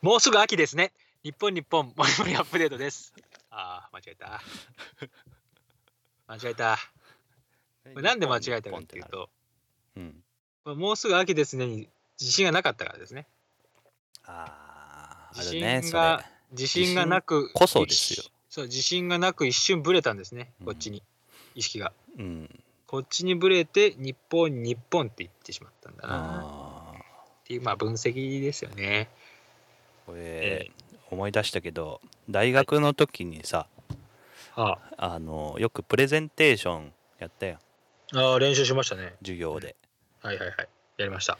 もうすぐ秋ですね。日本日本もりもりアップデートです。ああ、間違えた。間違えた。これなんで間違えたかっていうと、うん、これもうすぐ秋ですねに自信がなかったからですね。あーあ自信るねそれが自信がなく、こそですよ一そう、自信がなく一瞬ブレたんですね、うんこっちに、意識が。うんこっちにブレて、日本、日本って言ってしまったんだなっあーていう、まあ、分析ですよね。これ思い出したけど大学の時にさああのよくプレゼンテーションやったよあ、練習しましたね。授業ではいはいはい。やりました。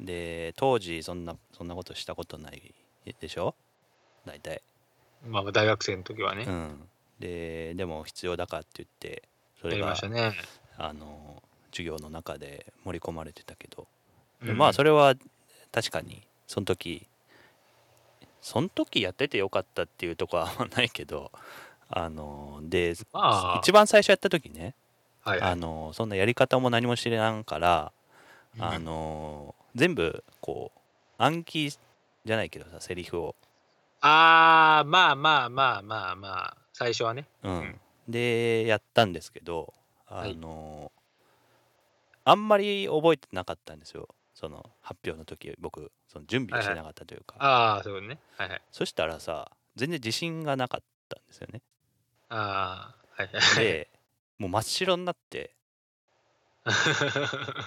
で当時そんなそんなことしたことないでしょ大体まあ、大学生の時はねう。んででも必要だからって言ってそやれりまがしたね。あの授業の中で盛り込まれてたけどうんまあそれは確かにその時その時やっててよかったっていうとこはあんまないけどあのでまあ一番最初やった時ねはいはいあのそんなやり方も何も知らんからうんあの全部こう暗記じゃないけどさセリフを、ああ、まあまあまあまあまあ、最初はね。うんんでやったんですけどあいの、あんまり覚えてなかったんですよその発表の時僕その準備をしてなかったというか、ああ、そういうことね。はいはい。そしたらさ全然自信がなかったんですよね。ああ、はいはい。でもう真っ白になって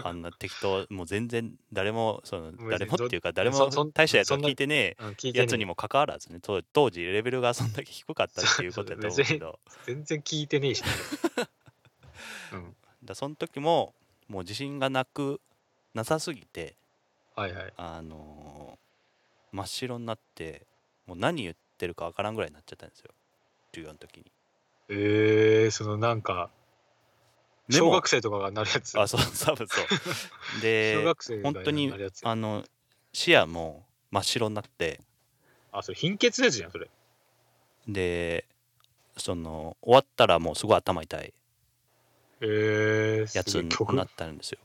あんな適当もう全然誰もその別に誰もっていうか誰もそそん大したやつはそんな聞いてねうん聞い てえねやつにもかかわらずね当当時レベルがそんだけ低かったっていうことだと 思うけど全然聞いてねえしね。うん。だその時ももう自信がなくなさすぎてはいはい。あのー真っ白になってもう何言ってるかわからんぐらいになっちゃったんですよ14の時に。ええそのなんか、でも小学生とかがなるやつ。あそう多分そう で小学生が本当になるやつ。ああの視野も真っ白になってあ、それ貧血ですじゃん、それ。でその終わったらもうすごい頭痛いええやつすげえに極なったんですよ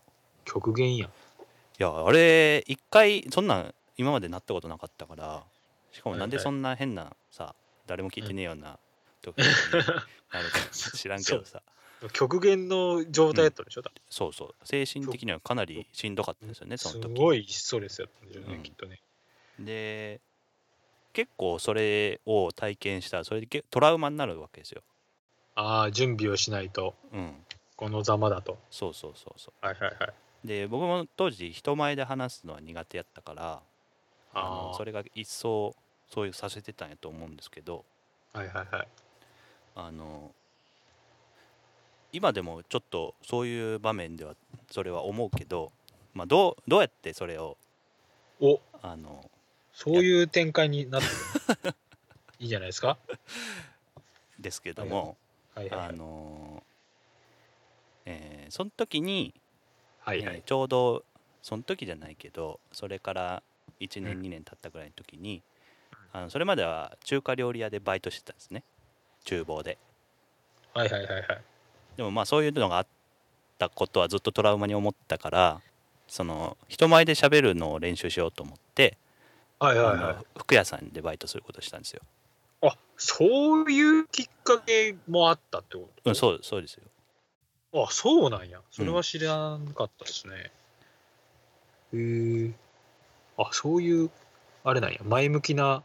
極限やん。いやあれ一回そんなん今までなったことなかったからしかもなんではいはいそんな変なさ誰も聞いてねえような時になるか 知らんけどさ極限の状態だったんでしょ、多分そうそう精神的にはかなりしんどかったですよねそすの時ごいストレスだったんでしょうね、うんきっとね。で結構それを体験したらそれでけトラウマになるわけですよああ、準備をしないと、うんこのざまだと。そうそうそうそうはいはいはい。で僕も当時人前で話すのは苦手やったからあのあーそれが一層そういうさせてたんやと思うんですけどはいはいはい。あの今でもちょっとそういう場面ではそれは思うけど、まあ、どうどうやってそれをおあのそういう展開になってる。いいじゃないですか。ですけどもはいはいあはい。の、えーその時に、はいはえーい、ちょうどその時じゃないけどそれから1う年ん2年経ったぐらいの時にあのそれまでは中華料理屋でバイトしてたんですね厨房ではいはいはいはい。でもまあそういうのがあったことはずっとトラウマに思ったからその人前で喋るのを練習しようと思って、はいはいはあの服屋さんでバイトすることをしたんですよ、い。あそういうきっかけもあったってこうと、ん、そうそうですよあそうなんや。それは知らんかったですね。へ、えあそういう、あれなんや。前向きな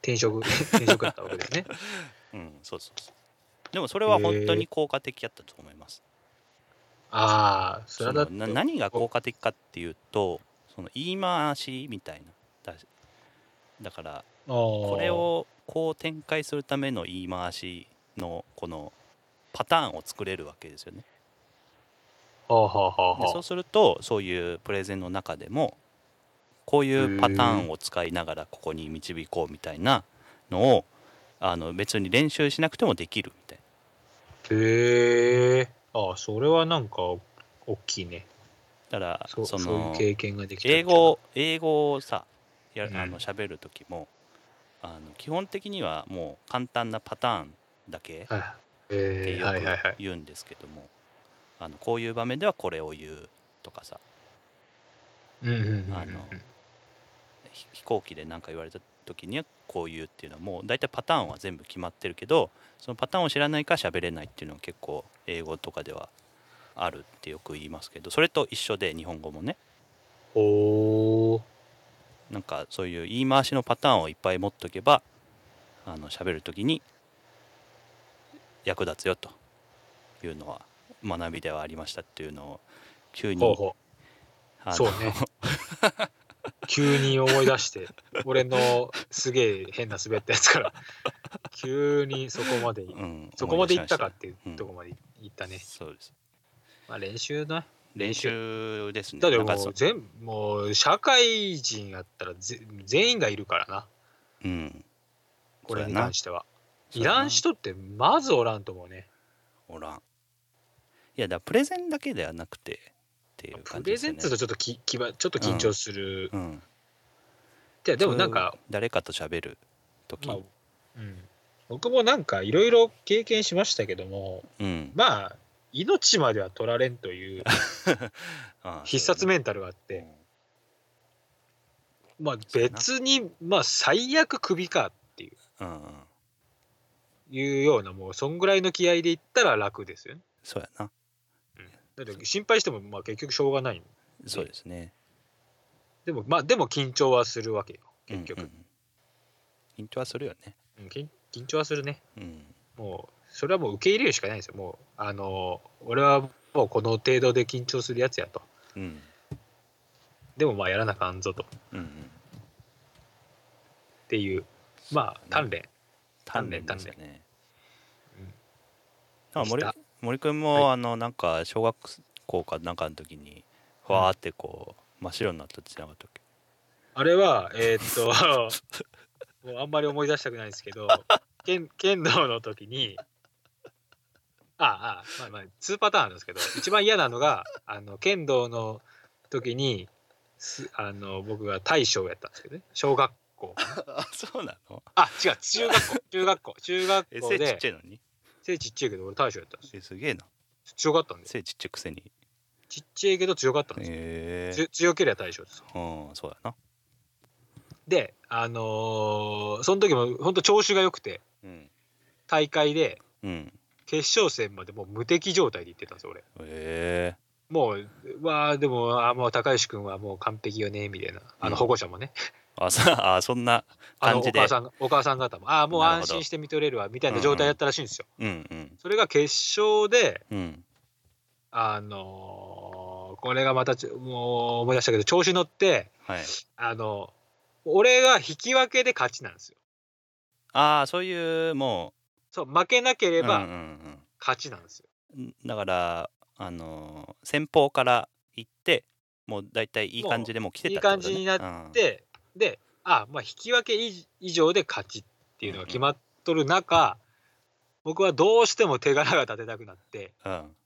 転職、転職だったわけです ね。うんそうそうそうでもそれは本当に効果的やったと思います、ああ、それそはだのって。な何が効果的かっていうとその言い回しみたいなだだからここれ。をこう展開するための言い回しのこのパターンを作れるわけですよねはあはあはあでそはうするとそういうプレゼンの中でもこういうパターンを使いながらここに導こうみたいなのをあの別に練習しなくてもできるみたいあ。へえあそれはなんか、大きいね。なだからそうそそういのう経験ができた英語英語をさやうんあの喋る時もあの基本的にはもう簡単なパターンだけはい、ってえーよはいはいはくい言うんですけどもあのこういう場面ではこれを言うとかさうんうんうんうんあのひ飛行機で何か言われた時にはこういうっていうのはもう大体パターンは全部決まってるけどそのパターンを知らないか喋れないっていうのは結構英語とかではあるってよく言いますけどそれと一緒で日本語もねおーなんかそういう言い回しのパターンをいっぱい持っとけばあの喋る時に役立つよというのは学びではありましたっていうのを急にほうほあのそう ね急に思い出して俺のすげえ変な滑ったやつから急にそこまでうんそこまで行ったか思っいていうとこまで行ったね出しましたそうですまあ練習な練習ですねだってなんかもそうう全部もう社会人やったらぜ全員がいるからなうんこれにそうやな関してはそういやならん人ってまずおらんと思うねおらんいやだからプレゼンだけではなくてっていうプ感じレですゼよンねツとちょっとききばちょっと緊張する、うんいやでもなんかそういう誰かと喋る時、まあうん、僕もなんかいろいろ経験しましたけどもうんまあ命までは取られんというああ必殺メンタルがあっそうてねまあ別にまあ最悪クビかっていううんうんうんいうようなもうそんぐらいの気合で言ったら楽ですよねそうやなだって心配してもまあ結局しょうがないそうですねでもまあでも緊張はするわけよ結局、うんうん緊張はするよねうん緊緊張はするねうんもうそれはもう受け入れるしかないんですよもうあの俺はもうこの程度で緊張するやつやとうんでもまあやらなあかんぞとっうんうんていうまあ鍛錬 鍛錬ですねうん。なんか森でした森君も、あのなんか小学校かなんかの時にふわーってこう、真っ白になったってなかったっけあれはえーっと もうあんまり思い出したくないんですけど剣剣道の時にああまあまあ2パターンあるんですけど一番嫌なのがあの剣道の時にすあの僕が大将やったんですけどね小学校あそうなのあ違う中学校中学校中学え校背ちっでちゃいのに背ちっちゃいけど俺大将やったんですよえすげえな強かったんですよ背ちっちゃいくせにちっちゃいけど強かったんですよ、へえつ強ければ大将ですうんそうやなであのーその時も本当調子が良くてうん大会でうん決勝戦までもう無敵状態で行ってたんですよ俺へえもううわあでもあーもう高石君はもう完璧よねみたいなあうんの保護者もね、あさあそんなあの感おじで母さんお母さん方もああもうなるほ安ど心して見とれるわみたいな状態だったらしいんですよ、うんうんそれが決勝でうんあのーこれがまたちょもう思い出したけど調子乗ってはいあの俺が引き分けで勝ちなんですよああそういうもそう負けなけう、れうんばうんうん勝ちなんですよ、んだからあのー先方から行ってもう大体いいもう感じでもう来てたいいってこと感ねじになうんでであまあ引き分け以以上で勝ちっていうのが決まっとる中、僕はどうしても手柄が立てたくなってうん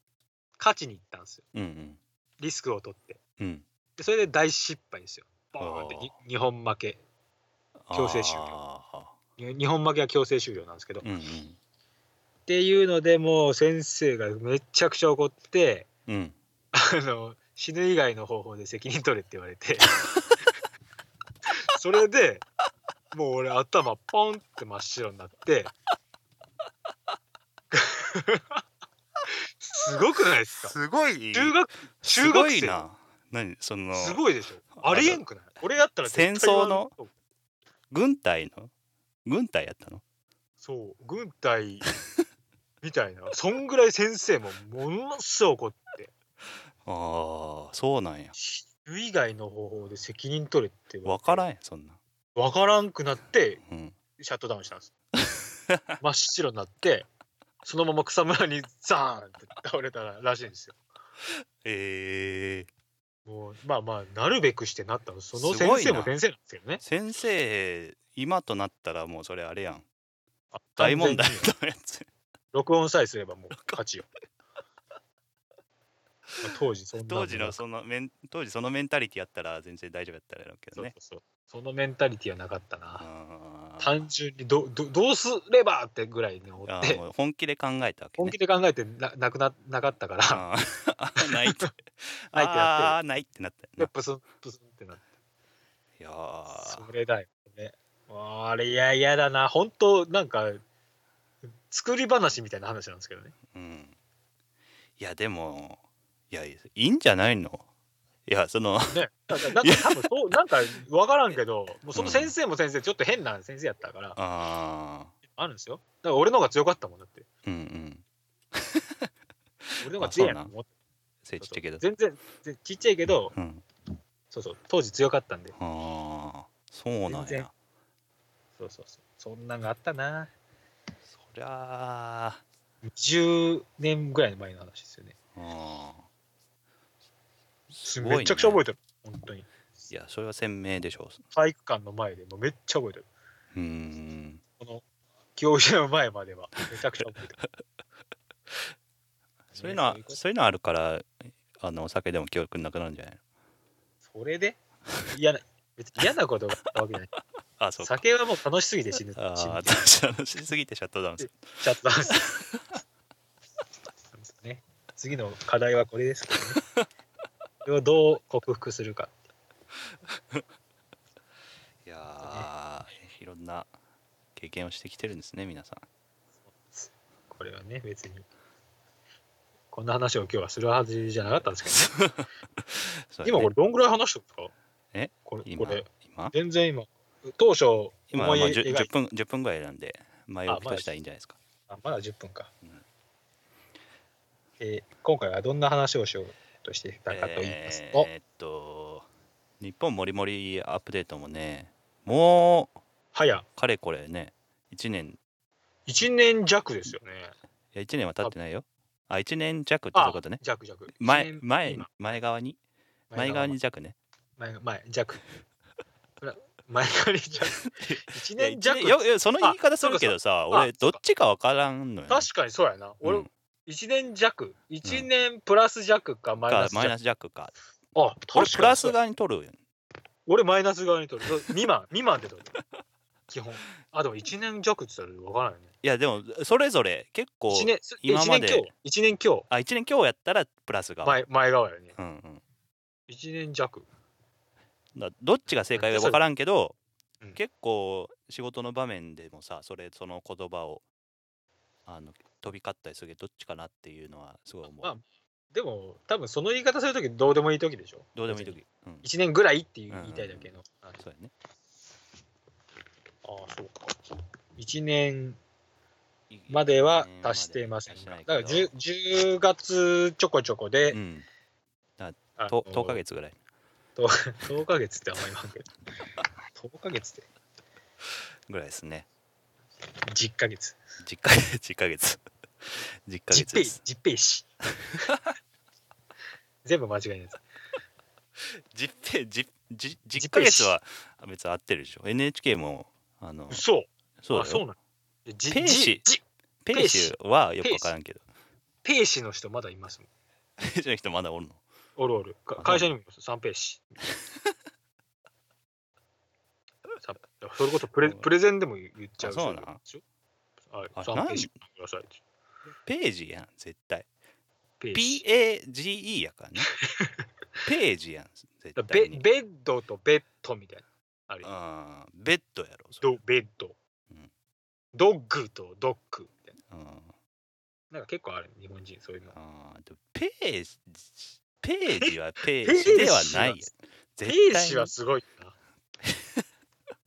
勝ちに行ったんですようんリスクを取ってうんうんでそれで大失敗ですよボーンってに日本負け強制終了了に日本負けは強制終了なんですけど、うっんうんていうのでもう先生がめちゃくちゃ怒ってうんあの死ぬ以外の方法で責任取れって言われ てそれでもう俺頭ポンって真っ白になってすごくないですかすごい中学中すご学い生な何そのすごいでしょありえんくない俺やったら絶対戦争の言わん軍隊の軍隊やったのそう軍隊みたいなそんぐらい先生もものすごい怒ってああそうなんや死ぬ以外の方法で責任取れってわからんんやそんなわからんくなってうんシャットダウンしたんです 真っ白になってそのまま草むらにザーンって倒れたらしいんですよええもうまあまあなるべくしてなったのそのす先ごいな生も先生なんですけどね先生今となったらもうそれあれやん大問題完全にのやつ録音さえすれば もう勝ちよまあ当時そんな当時のそ,、そのメン当時そのメンタリティやったら全然大丈夫やったらやろうけどねそうそうそうそのメンタリティはなかったなあー単純にどどどうすればってぐらいに思あっーてもう本気で考えたわけ本ね気で考えてななくななかったからあーないって ないってなってあーないってなったでよプスンプスンってなってないやーそれだよね。あれ、いや、嫌だな。本当なんか、作り話みたいな話なんですけどね。うんいやでもいやいいんじゃないのいやそのね。なんか、なんか多分そう、なんか、わからんけど、もうその先生も先生、ちょっと変な先生やったから、ああるんですよ。だから俺の方が強かったもんだって。ーうんうん俺の方が強いやんあそう思って聖地的だ全然、全然ちっちゃいけど、うんそうそう、当時強かったんで。ああそうなん全然やそうそうそう。そんなんがあったな。そりゃあ10年ぐらい前の話ですよね。うんすごいねめちゃくちゃ覚えてる。本当に。いやそれは鮮明でしょ体育館の前でもうめっちゃ覚えてる。うーんこの教授の前まではめちゃくちゃ覚えてる。そういうのはねそそういうのあるからあのお酒でも記憶なくなるんじゃないのそれで嫌な別に嫌なことがあったわけじゃない。あそうか酒はもう楽しすぎて死ぬ。死ああぬ私楽 しすぎてシャットダウンするちゃったんです。そうですね。次の課題はこれですけどね。これをどう克服するか。いやーいろんな経験をしてきてるんですね皆さんこれはね別にこんな話を今日はするはずじゃなかったんですけどね。そうだ今ねこれどんぐらい話してるんですか？えこれ今これ今全然今当初思今まあい 10, 描い10分10分ぐらい選んで前置きとしたらいいんじゃないですかあまだ10分か、うんえー今回はどんな話をしようとしていたかと言いますと、えーっと日本もりもりアップデートもねもう早かれこれね1年1年弱ですよねいや1年は経ってないよあ1年弱ってことね弱弱前一年前今前側に前側に弱ね前側前弱これは前側に 弱1いや年弱一年よいやその言い方するけどさうか俺どっちかわからんのよ確かにそうやな俺、うん一1年弱1年プラス弱かマイかナスマイ弱ナス弱あか俺確プかラにそスうや側に取るよ俺マイナス側にとるそう未満未満でとる基本あでも1年弱って言ったら分からないねいやでもそれぞれ結構1年す今まで一年強一年強あ1年今日やったらプラス側前前側よねうんうん1年弱だどっちが正解か分からんけど、うん結構仕事の場面でもさそれその言葉をあの飛び交ったりするけどどっちかなっていうのはすごい思う、まあでも多分その言い方する時どうでもいい時でしょどうでもいい時、うん、 1年ぐらいっていう言いたいだけの、あそうやねあそうか1年までは達していませんがだから 10, 10月ちょこちょこで、うん、あのと10ヶ月ぐらい10ヶ月ってあんまり言わ んけど10ヶ月ってぐらいですね10ヶ月10ヶ 月10ヶ月10ヶ10月ペでイす10ペイし 全部間違いないです10ページ10 10 10ヶ月は別に合ってるでしょ NHK もあの嘘そうあだそうよなのじペイじシじペーシュはよく分からんけどペイシの人まだいますもんペーシュの人まだおるのおるおる。かあ会社にもいます。三平氏。さそれこそプレプレゼンでも言っちゃうあそうなでんしょはあい。三平氏くださいって。ページやん絶対ペイシ PAGE や からねページやんだ絶ベ対にベッドとベッドみたいな。あれ。あーベッドやろそれドベッドうん。ドッグとドッグみたいうんな。なんか結構ある、日本人そういうの。あーでもページページはペペーージジではないやんペ絶イ対シはにすごいな。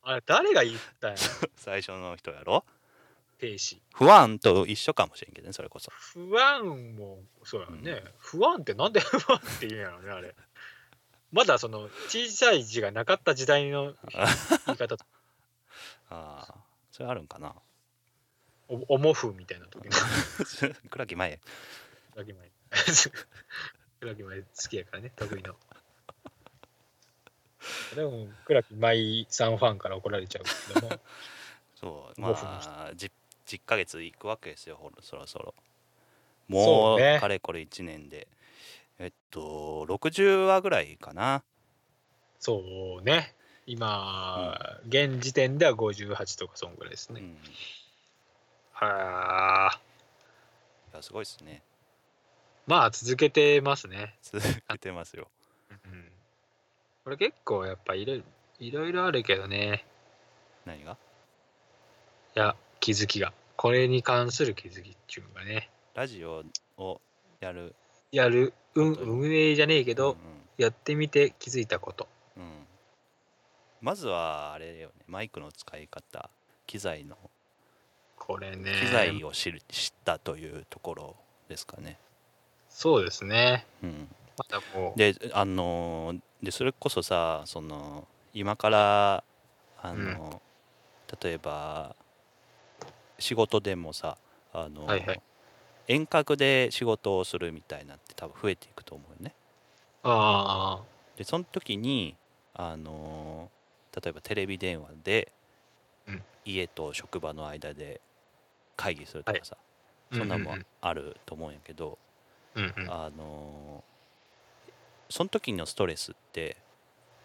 あれ、誰が言ったん や最初の人やろペイシ。不安と一緒かもしれんけどねそれこそ不安もそうやね、不安ってなんで不安って言うんやろねあれまだその小さい字がなかった時代の言い方 とああそれあるんかな おおもふみたいな時の暗き前や倉木前倉木前好きやからね得意のでも倉木舞さんファンから怒られちゃうけどもそうもまうあ 10, 10ヶ月いくわけですよほらそろそろそもううねかれこれ1年でえっと60話ぐらいかなそうね今、現時点では58とかそんぐらいですね、うん、いはあやすごいで すねまあ続けてますね続けてますようんこれ結構やっぱいろいろいろいろあるけどね。何がいや、気づきが。これに関する気づきっていうのがね。ラジオをやるやる、うん、本当に運営じゃねえけけど、やってみて気づいたこと。うんうんまずはあれよねマイクの使い方機材のこれね。機材を知る知ったというところですかね、そうですね。うん、またこう。であのーでそれこそさその今からあのー、例えば仕事でもさあのー、はいはい遠隔で仕事をするみたいなって多分増えていくと思うね。あでその時にあのー例えばテレビ電話で、うん家と職場の間で会議するとかさ、あ。そんなんうもんあると思うんやけど、うんうん。うんあのーその時のストレスって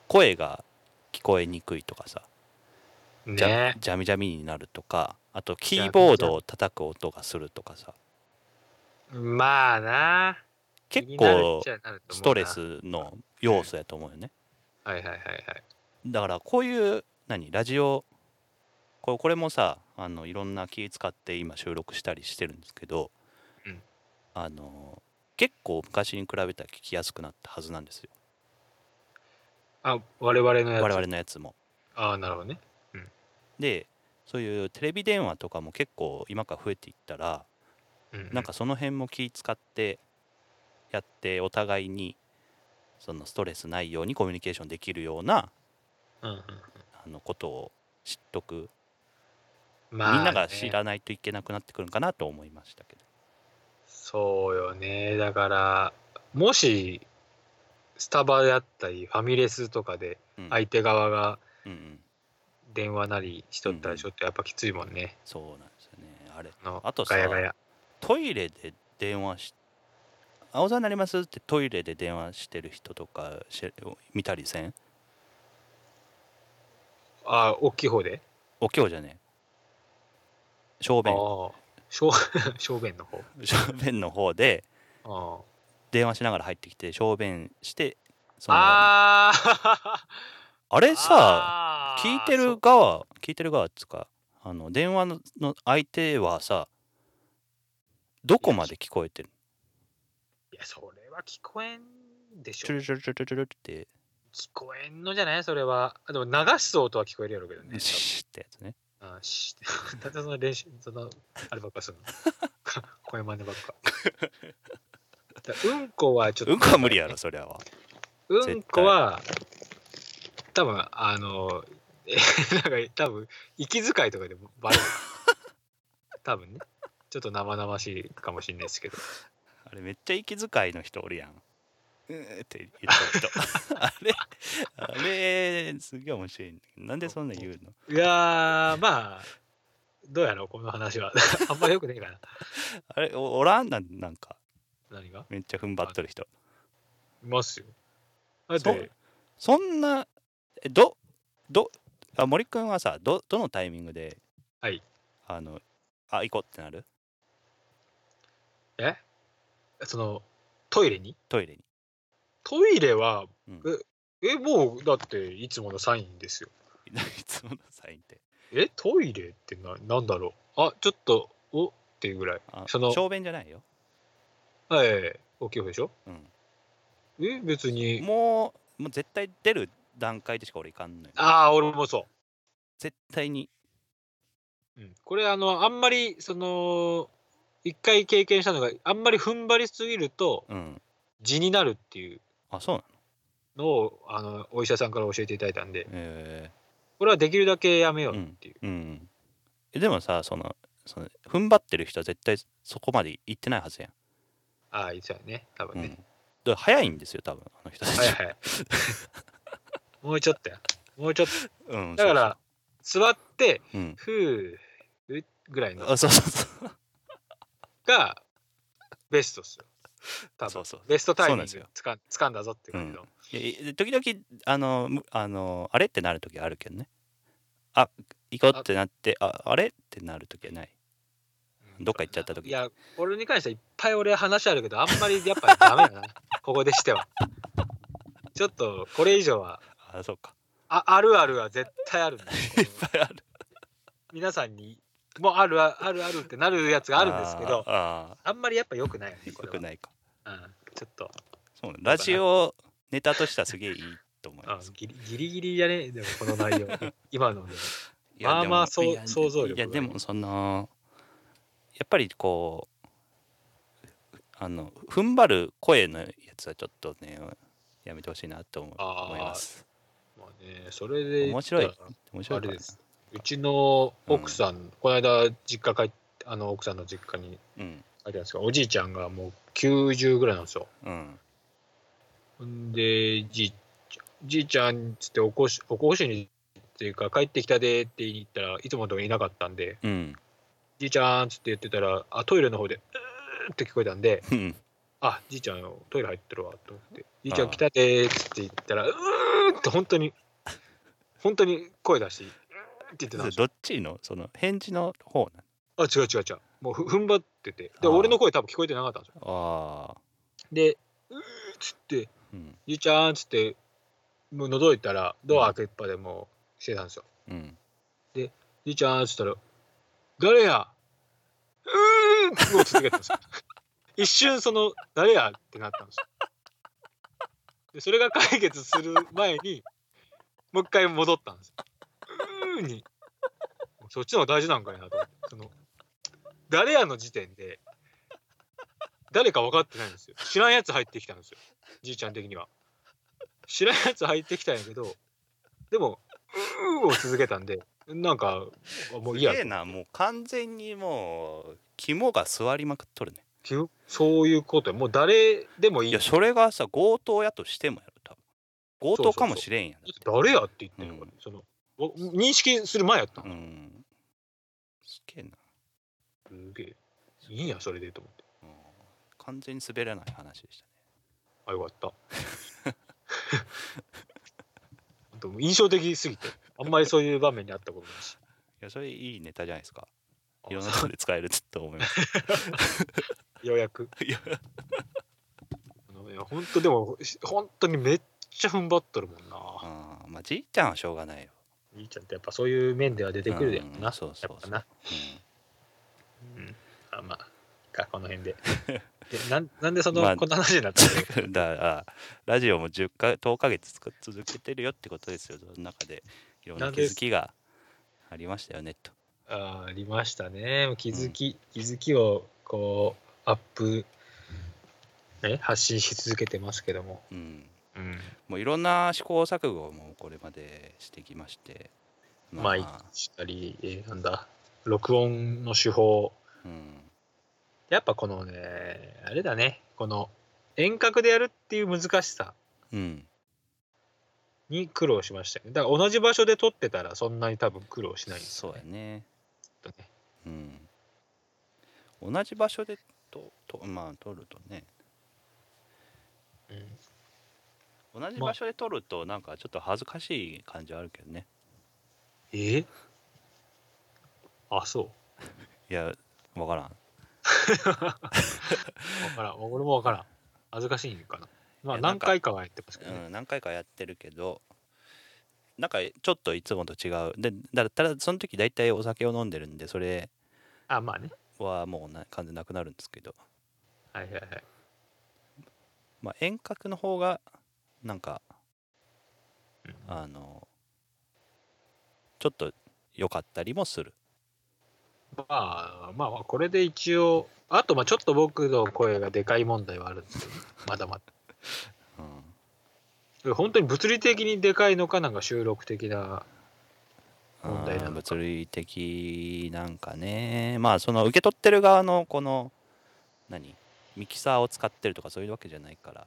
声が聞こえにくいとかさ、うんじゃねジャミジャミになるとかあとキーボードを叩く音がするとかさまあな。結気になる構っちゃなると思うなストレ。スの要素やと思うよねはいはいはいはい。だからこういう何ラジオこれこれもさあのいろんな気使って今収録したりしてるんですけど、うんあの結構昔に比べたら聞きやすくなったはずなんですよあ、我々のやつ。我々のやつも。ああ、なるほどね。でそういうテレビ電話とかも結構今から増えていったらうん、なんかその辺も気使ってやってお互いにそのストレスないようにコミュニケーションできるようなうんうん、あのことを知っとくまあねみんなが知らないといけなくなってくるんかなと思いましたけどそうよね。だから、もし、スタバであったり、ファミレスとかで、うん相手側がうんうん電話なりしとったうら、んちょっとやっぱきついもんね。そうなんですよねあれあのあとさガヤガヤ。トイレで電話し「青沢になります」ってトイレで電話してる人とかし見たりせんああ、大きい方で。お経じゃねえ小ああ便、小 小便の方。 小便の方であ電話しながら入ってきて小便してそのああ。あれあさー聞いてる側聞いてる側っつうかあの電話のの相手はさどこまで聞こえてるいや、それは聞こえんでしチュょ。ルチュルチュルチュルって聞こえんのじゃないそれは。あでも流す音は聞こえるやろうけどね。シッってやつ ね多分あし だってその練習、その、あればっかするの。 声真似ばっか。だうんこはちょっと。うんこは無理やろそりゃはう対んこは、多分あの、えなんか多分息遣いとかでもバレる。多分ね。ちょっと生々しいかもしれないですけど。あれめっちゃ息遣いの人おるやんうーって言った人 あれあれすげえ面白いんだけどなんでそんな言うのいやー、まあ、どうやろう、この話は。 あんまよくねえかな。あれおおらんなんなんか何がめっちゃ踏ん張っとる人いますよ。だっそうて、そんなえどどあ森くんはさどどのタイミングでははいあのあ行こうってなるえその、トイレにトイレに トイレは、うんえ、もう、だって、いつものサインですよ。いつものサインってえ、トイレってな、なんだろう。あ、ちょっと、おっていうぐらい。あその小便じゃないよ、はい、大きい方でしょうん、え、別に。もうもう絶対出る段階でしか俺行かんのよああ、俺もそ絶対にう。うん、これ、あの、あんまり、その、一回経験したのが、あんまり踏ん張りすぎると、うん地になるっていうあそうなののを、あの、お医者さんから教えていただいたんで、えーこれはできるだけやめようっていう。うん、えでもさそのその踏ん張ってる人は絶対そこまで行ってないはずやん、ああ、いつやね、多う分ん、ねだ。から早いんですよ多分あの人たち、はいはい。もうちょっとや。もうちょっと。 うん、だから、座って、そうそううん、ふうぐらいのあそうそうそうが、ベストっすよ。多そ分うそうベストタイミングそうなんつかん掴んだぞって感じの。いやい時々あのむあのあれってなる時あるけどねあ行こうってなってああれってなる時はないうんどっか行っちゃった時いや、俺に関してはいっぱい俺話あるけど、あんまりやっ ぱダメだな。ここでしては。ちょっと、これ以上はあそうかああるあるは絶対あるんですいっぱいある皆さんにもうあるああるあるってなるやつがあるんですけどああんまりやっぱ良くないよねー こよれはくないかうん、ちょっとそうねラジオネタとしてはすげえいいと思いあますギリギリギリやねでもこの内 容今のでいやまあでもまあそういや想像力いやがでもそのやっぱりこうあの踏ん張る声のやつはちょっとねやめてほしいなと思うあー思いますまあねそれで面白い言ったら面白いあれかなですうちの奥さん、この間実家帰ってあの奥さんの実家にうん帰ったんですけどおじいちゃんがもう90ぐらいなんですようんほんでじいちゃんじいちゃんっつっておこしおこしにっていうか帰ってきたでって言いに行ったらいつものとこいなかったんでうんじいちゃんっつって言ってたらあトイレの方でうーって聞こえたんでうんあじいちゃんよトイレ入ってるわと思って「じいちゃあんあ来たで」っつって言ったら「うー」って本当に本当に声出して「うー」って言ってたんですよどっちのその返事の方なあ違う違う違うもうふ踏ん張っててあであ俺の声多分聞こえてなかったんですよのああで「うー」っつってうん「じいちゃん」っつってもう覗いたらドア開けっぱでもうしてたんですようん「じいちゃん」っつったら「誰や?」うーんもう続けてたんですよ一瞬その「誰や?」ってなったんですよでそれが解決する前にもう一回戻ったんですよ「うーん」にそっちの方が大事なんかいなと思ってその「誰や?」の時点で誰か分かってないんですよ知らんやつ入ってきたんですよじいちゃん的には知らんやつ入ってきたんやけどでも「うーん」を続けたんでなんかもういいやすげえなもう完全にもう肝が座りまくっとるねっていうそういうことやもう誰でもいいいやそれがさ強盗やとしてもやろ多分強盗かもしれんやんだって誰やって言ってるのか、うんそのお認識する前やったの、うんすげえなすげえいいんやそれでと思ってうん完全に滑らない話でしたねあよかった 本当もう印象的すぎてあんまりそういう場面にあったことないしいやそれいいネタじゃないですかあ いろんなとこで使えると思 いますようやく いやあのいや本当でもし本当にめっちゃ踏ん張っとるもんなあーまあじいちゃんはしょうがないよいいちゃんってやっぱそういう面では出てくるやんな、うんそうそうそうやっぱなうんあまあいいかこの辺で でなんなんでその、まあこんな話にな ったんだっけうんだからラジオも10か10ヶ月つく続けてるよってことですよその中でいろんな気づきがありましたよねとあーありましたね気づき、気づきをこうアップえ発信し続けてますけども、うんうん、もういろんな試行錯誤もこれまでしてきましてマイクしたり、えーなんだ録音の手法うんやっぱこのねあれだねこの遠隔でやるっていう難しさうんに苦労しましたよねだから同じ場所で撮ってたらそんなに多分苦労しないんですそようやねねきっとねうん同じ場所でととまあ撮るとねうん同じまあ場所で撮るとなんかちょっと恥ずかしい感じはあるけどねえーあそういやわからん分からん俺も分からん恥ずかしいんかなまいあやなん何か回かはやってますけどね、うん、何回かやってるけどなんかちょっといつもと違うでだただその時大体お酒を飲んでるんでそれあまあねはもうな完全なくなるんですけど、はいはいはいまあ、遠隔の方がなんかうんあのちょっと良かったりもするまあまあこれで一応あとまあちょっと僕の声がでかい問題はあるんですけどまだまうんだ本当に物理的にでかいのかなんか収録的な問題なのかうん物理的なんかねまあその受け取ってる側のこの何ミキサーを使ってるとかそういうわけじゃないからだか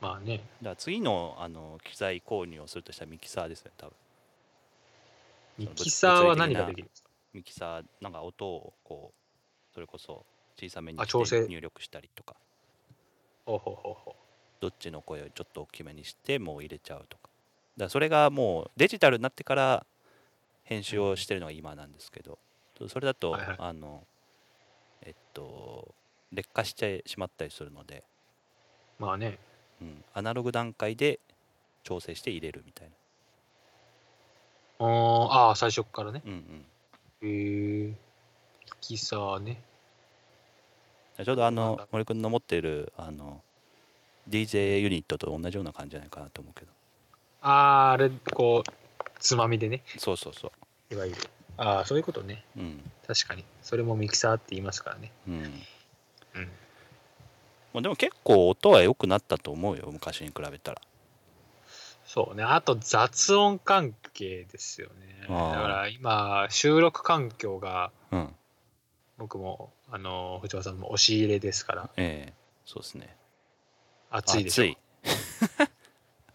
まあねら次のあの機材購入をするとしたらミキサーですね多分ミキサーは何ができるんですかミキサーなんか音をこうそれこそ小さめにあし調て整入力したりとかほうほうほうほどっちの声をちょっと大きめにしてもう入れちゃうとかだからそれがもうデジタルになってから編集をしてるのが今なんですけどそそれだと、はいはいあのえっと劣化してしまったりするので、うまあねうん、アナログ段階で調整して入れるみたいあなーあー、最初っからね。うんうんへえ。キサね。ちょうどなあんのだ森君の持ってるあの DJ ユニットと同じような感じじゃないかなと思うけどああ、あれ、こう、つまみでね。そうそうそいわゆる。ああ、そういうことね。ううん確かに。それもミキサーって言いますからね。うんうん。まあでも結構音は良くなったと思うよ昔に比べたらそうね。あと雑音関係ですよね。だあーから今、収録環境がうん僕も、あの、藤原さんも押し入れですから、ええそうですね暑いでしょ。暑い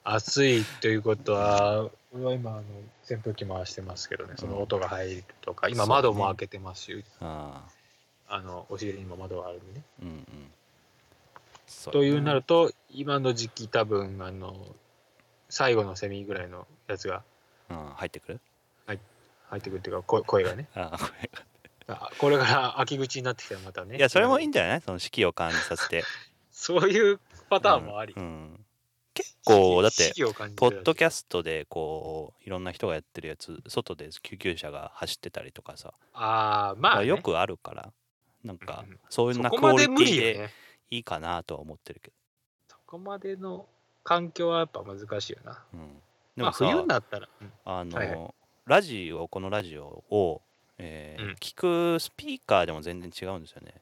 暑いということは、俺は今あの、扇風機回してますけどね、その音が入るとか、今そうね窓も開けてますし、あああの、押し入れにも窓があるんでね。うんうんそというなると、今の時期多分、あの、最後のセミぐらいのやつがうん入ってくる入ってくるというか、声声がね。ああこれあこれから秋口になってきたらまたね。いやそれもいいあのんじゃないその四季を感じさせてそういう パパターンもあり。うんうん結構だって四季を感じポッドキャャストでこういろんな人がやってるやつ外で救急車が走ってたりとかさ、ああ、ままあ、あ、ね、よくあるからなんかうんうんそういうそなこクまオリでテ無ィ理よでね。いいかなとは思ってるけそこまでの環境はやっぱ難しいよな。ど、うん、でまあもさ、冬になったら。うんあの、はいはラジオこのラジオを、えーうん聞くスピーカーでも全然違うんですよね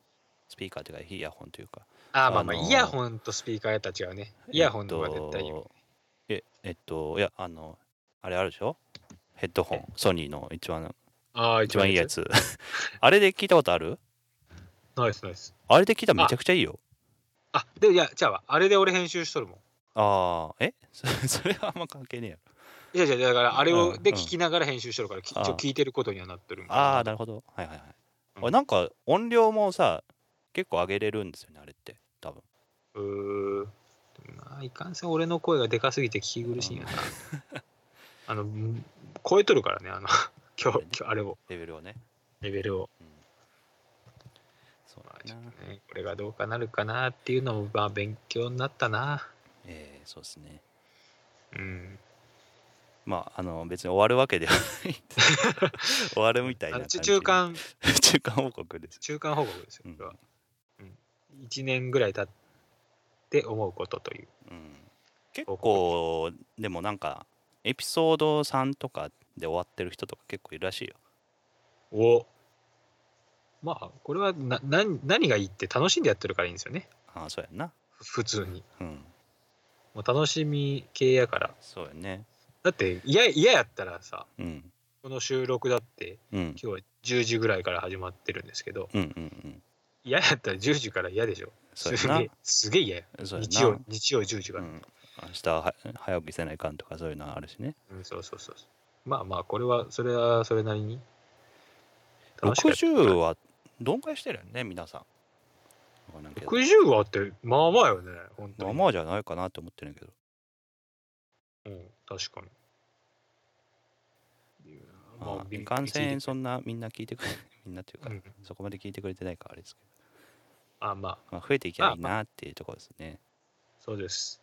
スピーカーというかイヤホンというかあーまあまあ、あのーイヤホンとスピーカーやったら違うね。イヤホンの方が絶対いいよね、えっとええっといやあのあれあるでしょヘッドホンソニーの一番ああ、一番いいや。つ あれで聞いたことあるナイスナイス。あれで聞いたらめちゃくちゃいいよあで、いや、じゃあ、あれで俺編集しとるもん。ああーえ そそれはあんま関係ねえやろいやいや、だからあれうをんでうん聞きながら編集しとるから、き一あー応聞いてることにはなってるもん。ああなるほどはいはいはい、うん俺なんか音量もさ結構上げれるんですよねあれって多分うーんまあ、いかんせん俺の声がでかすぎて聞き苦しいんやな。 あの、ん超えとるからね、あの、 今日、今日あれを、レベルをね、レベルを。うん、そうまあちだょっな、とね、これがどうかなるかなっていうのも、まあ、勉強になったな。えーそうですねうん。まああの別に終わるわけでは ない終わるみたあいなの感じ中中間、中間報告です中間報告ですよ、うんこれは。うん。1年ぐらい経って思うことという。うん、結構でもなんかエピソード3とかで終わってる人とか結構いるらしいよおまあ、これはな何何がいいって楽しんでやってるからいいんですよね。ああそうやんなふ普通に。うんもう楽しみ系やから。そうやねだって嫌や嫌やったらさうんこの収録だってうん今日は10時ぐらいから始まってるんですけどうんうんうん嫌やったら10時から嫌でしょそすうやげえすげえ嫌やなそうやな日曜日曜10時うから、ん、明日はは早起きせないかんとかそういうのはあるしねうんそうそうそうそうまあまあこれはそれはそれなりに60ははどんぐらいしてるよね皆さんわかんないけど60はってまあまあよね本当まあにまあじゃないかなと思ってるんやけどうん、確かにいやまあ、びいかんせんそうんなみんな聞いてくれみんなというか、んそこまで聞いてくれてないからあれですけあまあど、まあ、増えていけばいいまあなっていうところですね、そうです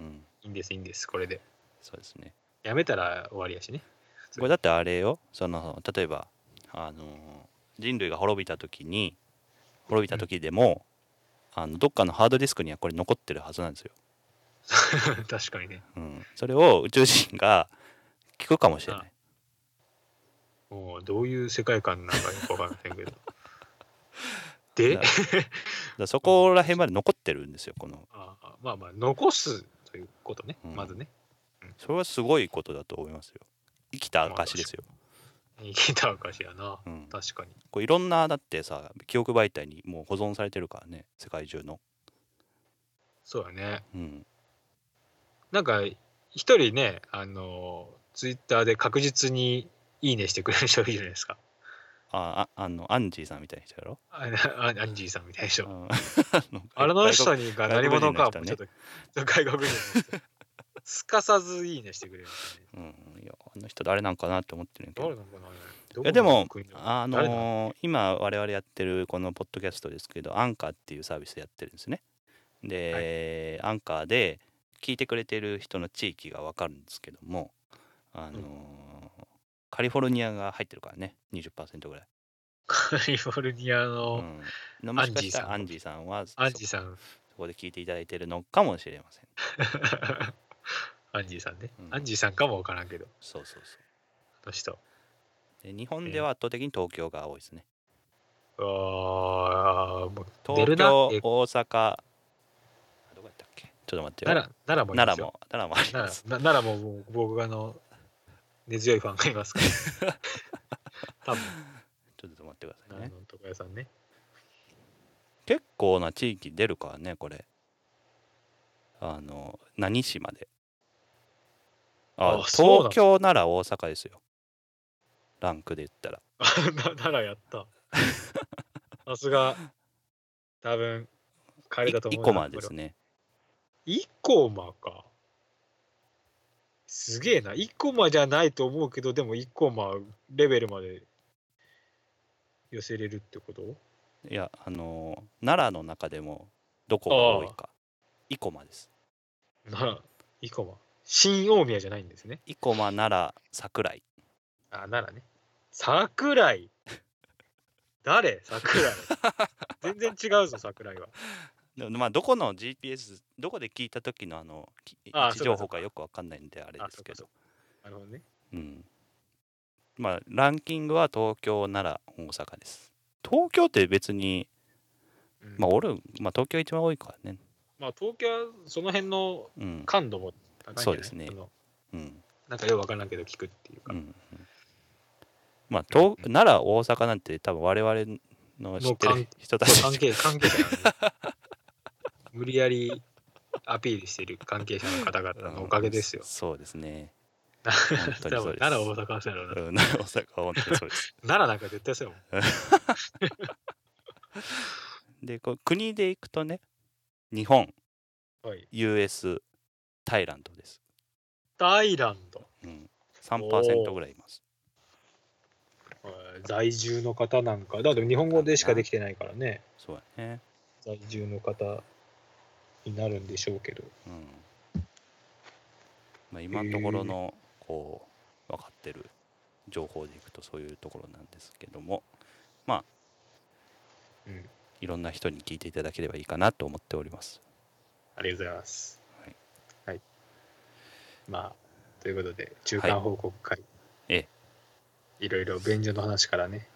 うんいいんですいいんですこれでそうですねやめたら終わりやしね これだってあれよその例えばあのー人類が滅びた時に滅びた時でも、あのどっかのハードディスクにはこれ残ってるはずなんですよ、確かにねうん、それを宇宙人が聞くかもしれないもうどういう世界 観なのかよくわかりませんけど。でだ、だからそこら辺まで残ってるんですよこのああまあまあ、残すということね、うんまずね。それはすごいことだと思いますよ生きた証ですよ、生きた証やな。うん、確かに。こういろんなだってさ記憶媒体にもう保存されてるからね世界中の、そうやね。うん、なんか、一人ね、あの、ツイッターで確実にいいねしてくれる人いるじゃないですか。あああのアンジーさんみたいな人やろああアンジーさんみたいな人。うんあの人にが何者かは外も国うちょ人のっと、外国人の人。すかさずいいねしてくれるんですね。うんいやあの人誰なんかなって思ってるんや け誰どなのかなあれどこいやでもの国だろうあ誰なののー今我々やってるこのポッドキャストですけどアンカーっていうサービスでやってるんですねで、アンカーで聞いてくれてる人の地域がわかるんですけどもあのーカリフォルニアが入ってるからね20%ぐらい、カリフォルニアうのんのもしかしたらアアンンジーさんはアンジーそさん、 そこで聞いていただいてるのかもしれませんアンジーさんね、うんアンジーさんかもわからんけど、そうそうそあの人。うで日本では圧倒的に東京が多いですねああ、もう出東るな。京大え阪あどこやったっけちょっと待ってよ奈良奈良もいま奈す良よも奈良もあります奈良な奈良ももう僕があの根強いファンがいますから。 多分ちょっと待ってください奈ね良の床屋さんね。 結構な地域出るからねこれあの何市までああそうなんで東す京なら大阪ですよランクで言ったらあな奈良やった。さすが、多分、帰りだと思いう生な。駒ですね。ねイコマか。すげえな。イコマじゃないと思うけど、でもイコマレベルまで寄せれるってこといやあの奈良の中でもどこが多いか生駒ですな、イコマ。新大宮じゃないんですね。生駒奈良桜井あ、ならね。桜井。誰桜井。全然違うぞ、桜井 は。でまあどこの GPS どこで聞いた時のあのき位あ置そうか情報かよくわかんないんであれあですけそどうなるほどね。うんまあランキングは東京奈良大阪です東京って別にうんまあ俺、まあ、東京一番多いからね。まあ、東京はその辺のうん。感度も高いんじゃないそうですねあのうん。なんかよくわからんけど聞くっていううか。んうん。まあ、東奈良、大阪なんて多分我々の知ってもうる人たち関係関係者なんで無理やりアピールしてる関係者の方々のおかげですようん。そうですね。 多当にそう分です奈良大阪はそうやろうなうん、奈良、大阪は本当にそうです。奈良なんか絶対そうやもん。で、こう国で行くとね、日本、はい、 US、タイランドです。タイランド、うん。3%ぐらいいます。えー在住の方なんか、だって日本語でしかできてないからね、そうやね。在住の方になるんでしょうけど。うん。まあ、今のところの、こう、分かってる情報でいくとそういうところなんですけども。うん、いろんな人に聞いていただければいいかなと思っております。ありがとうございます。はいはい、まあ、ということで、中間報告会。えいろいろ便所の話からね。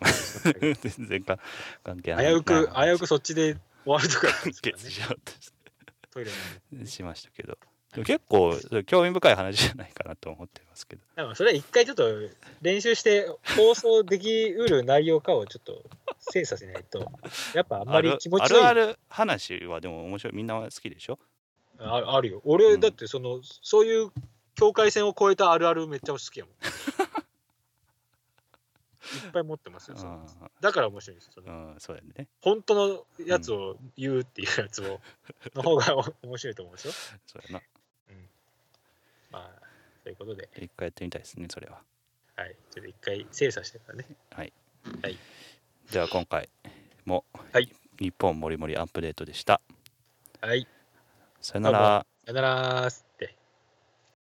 全然か関係ない。危うく、な危うくそっちで終わるとか、 完結しね、ちゃおうとトイレしましたけど、でも結構それ興味深い話じゃないかなと思ってますけど、なんかそれは一回ちょっと練習して放送できうる内容かをちょっと精査しないと、やっぱあんまり気持あちるのいいあるある話はでも面白いみんな好きでしょ。ああるよ。俺、だってその、そういう境界線を越えたあるあるめっちゃ好き やもん。いっぱい持ってますよ。そのうだから面白いです。そのん、うん、そうだよね。本当のやつを言うっていうやつを、の方がお面白いと思うんですよ。そうやな。まあ、ということで、一回やってみたいですね、それは。はい。ちょっと一回精査してからね。では今回も、はい日本もりもりアップデートでした。はい。さよなどうら。さよならーっつって。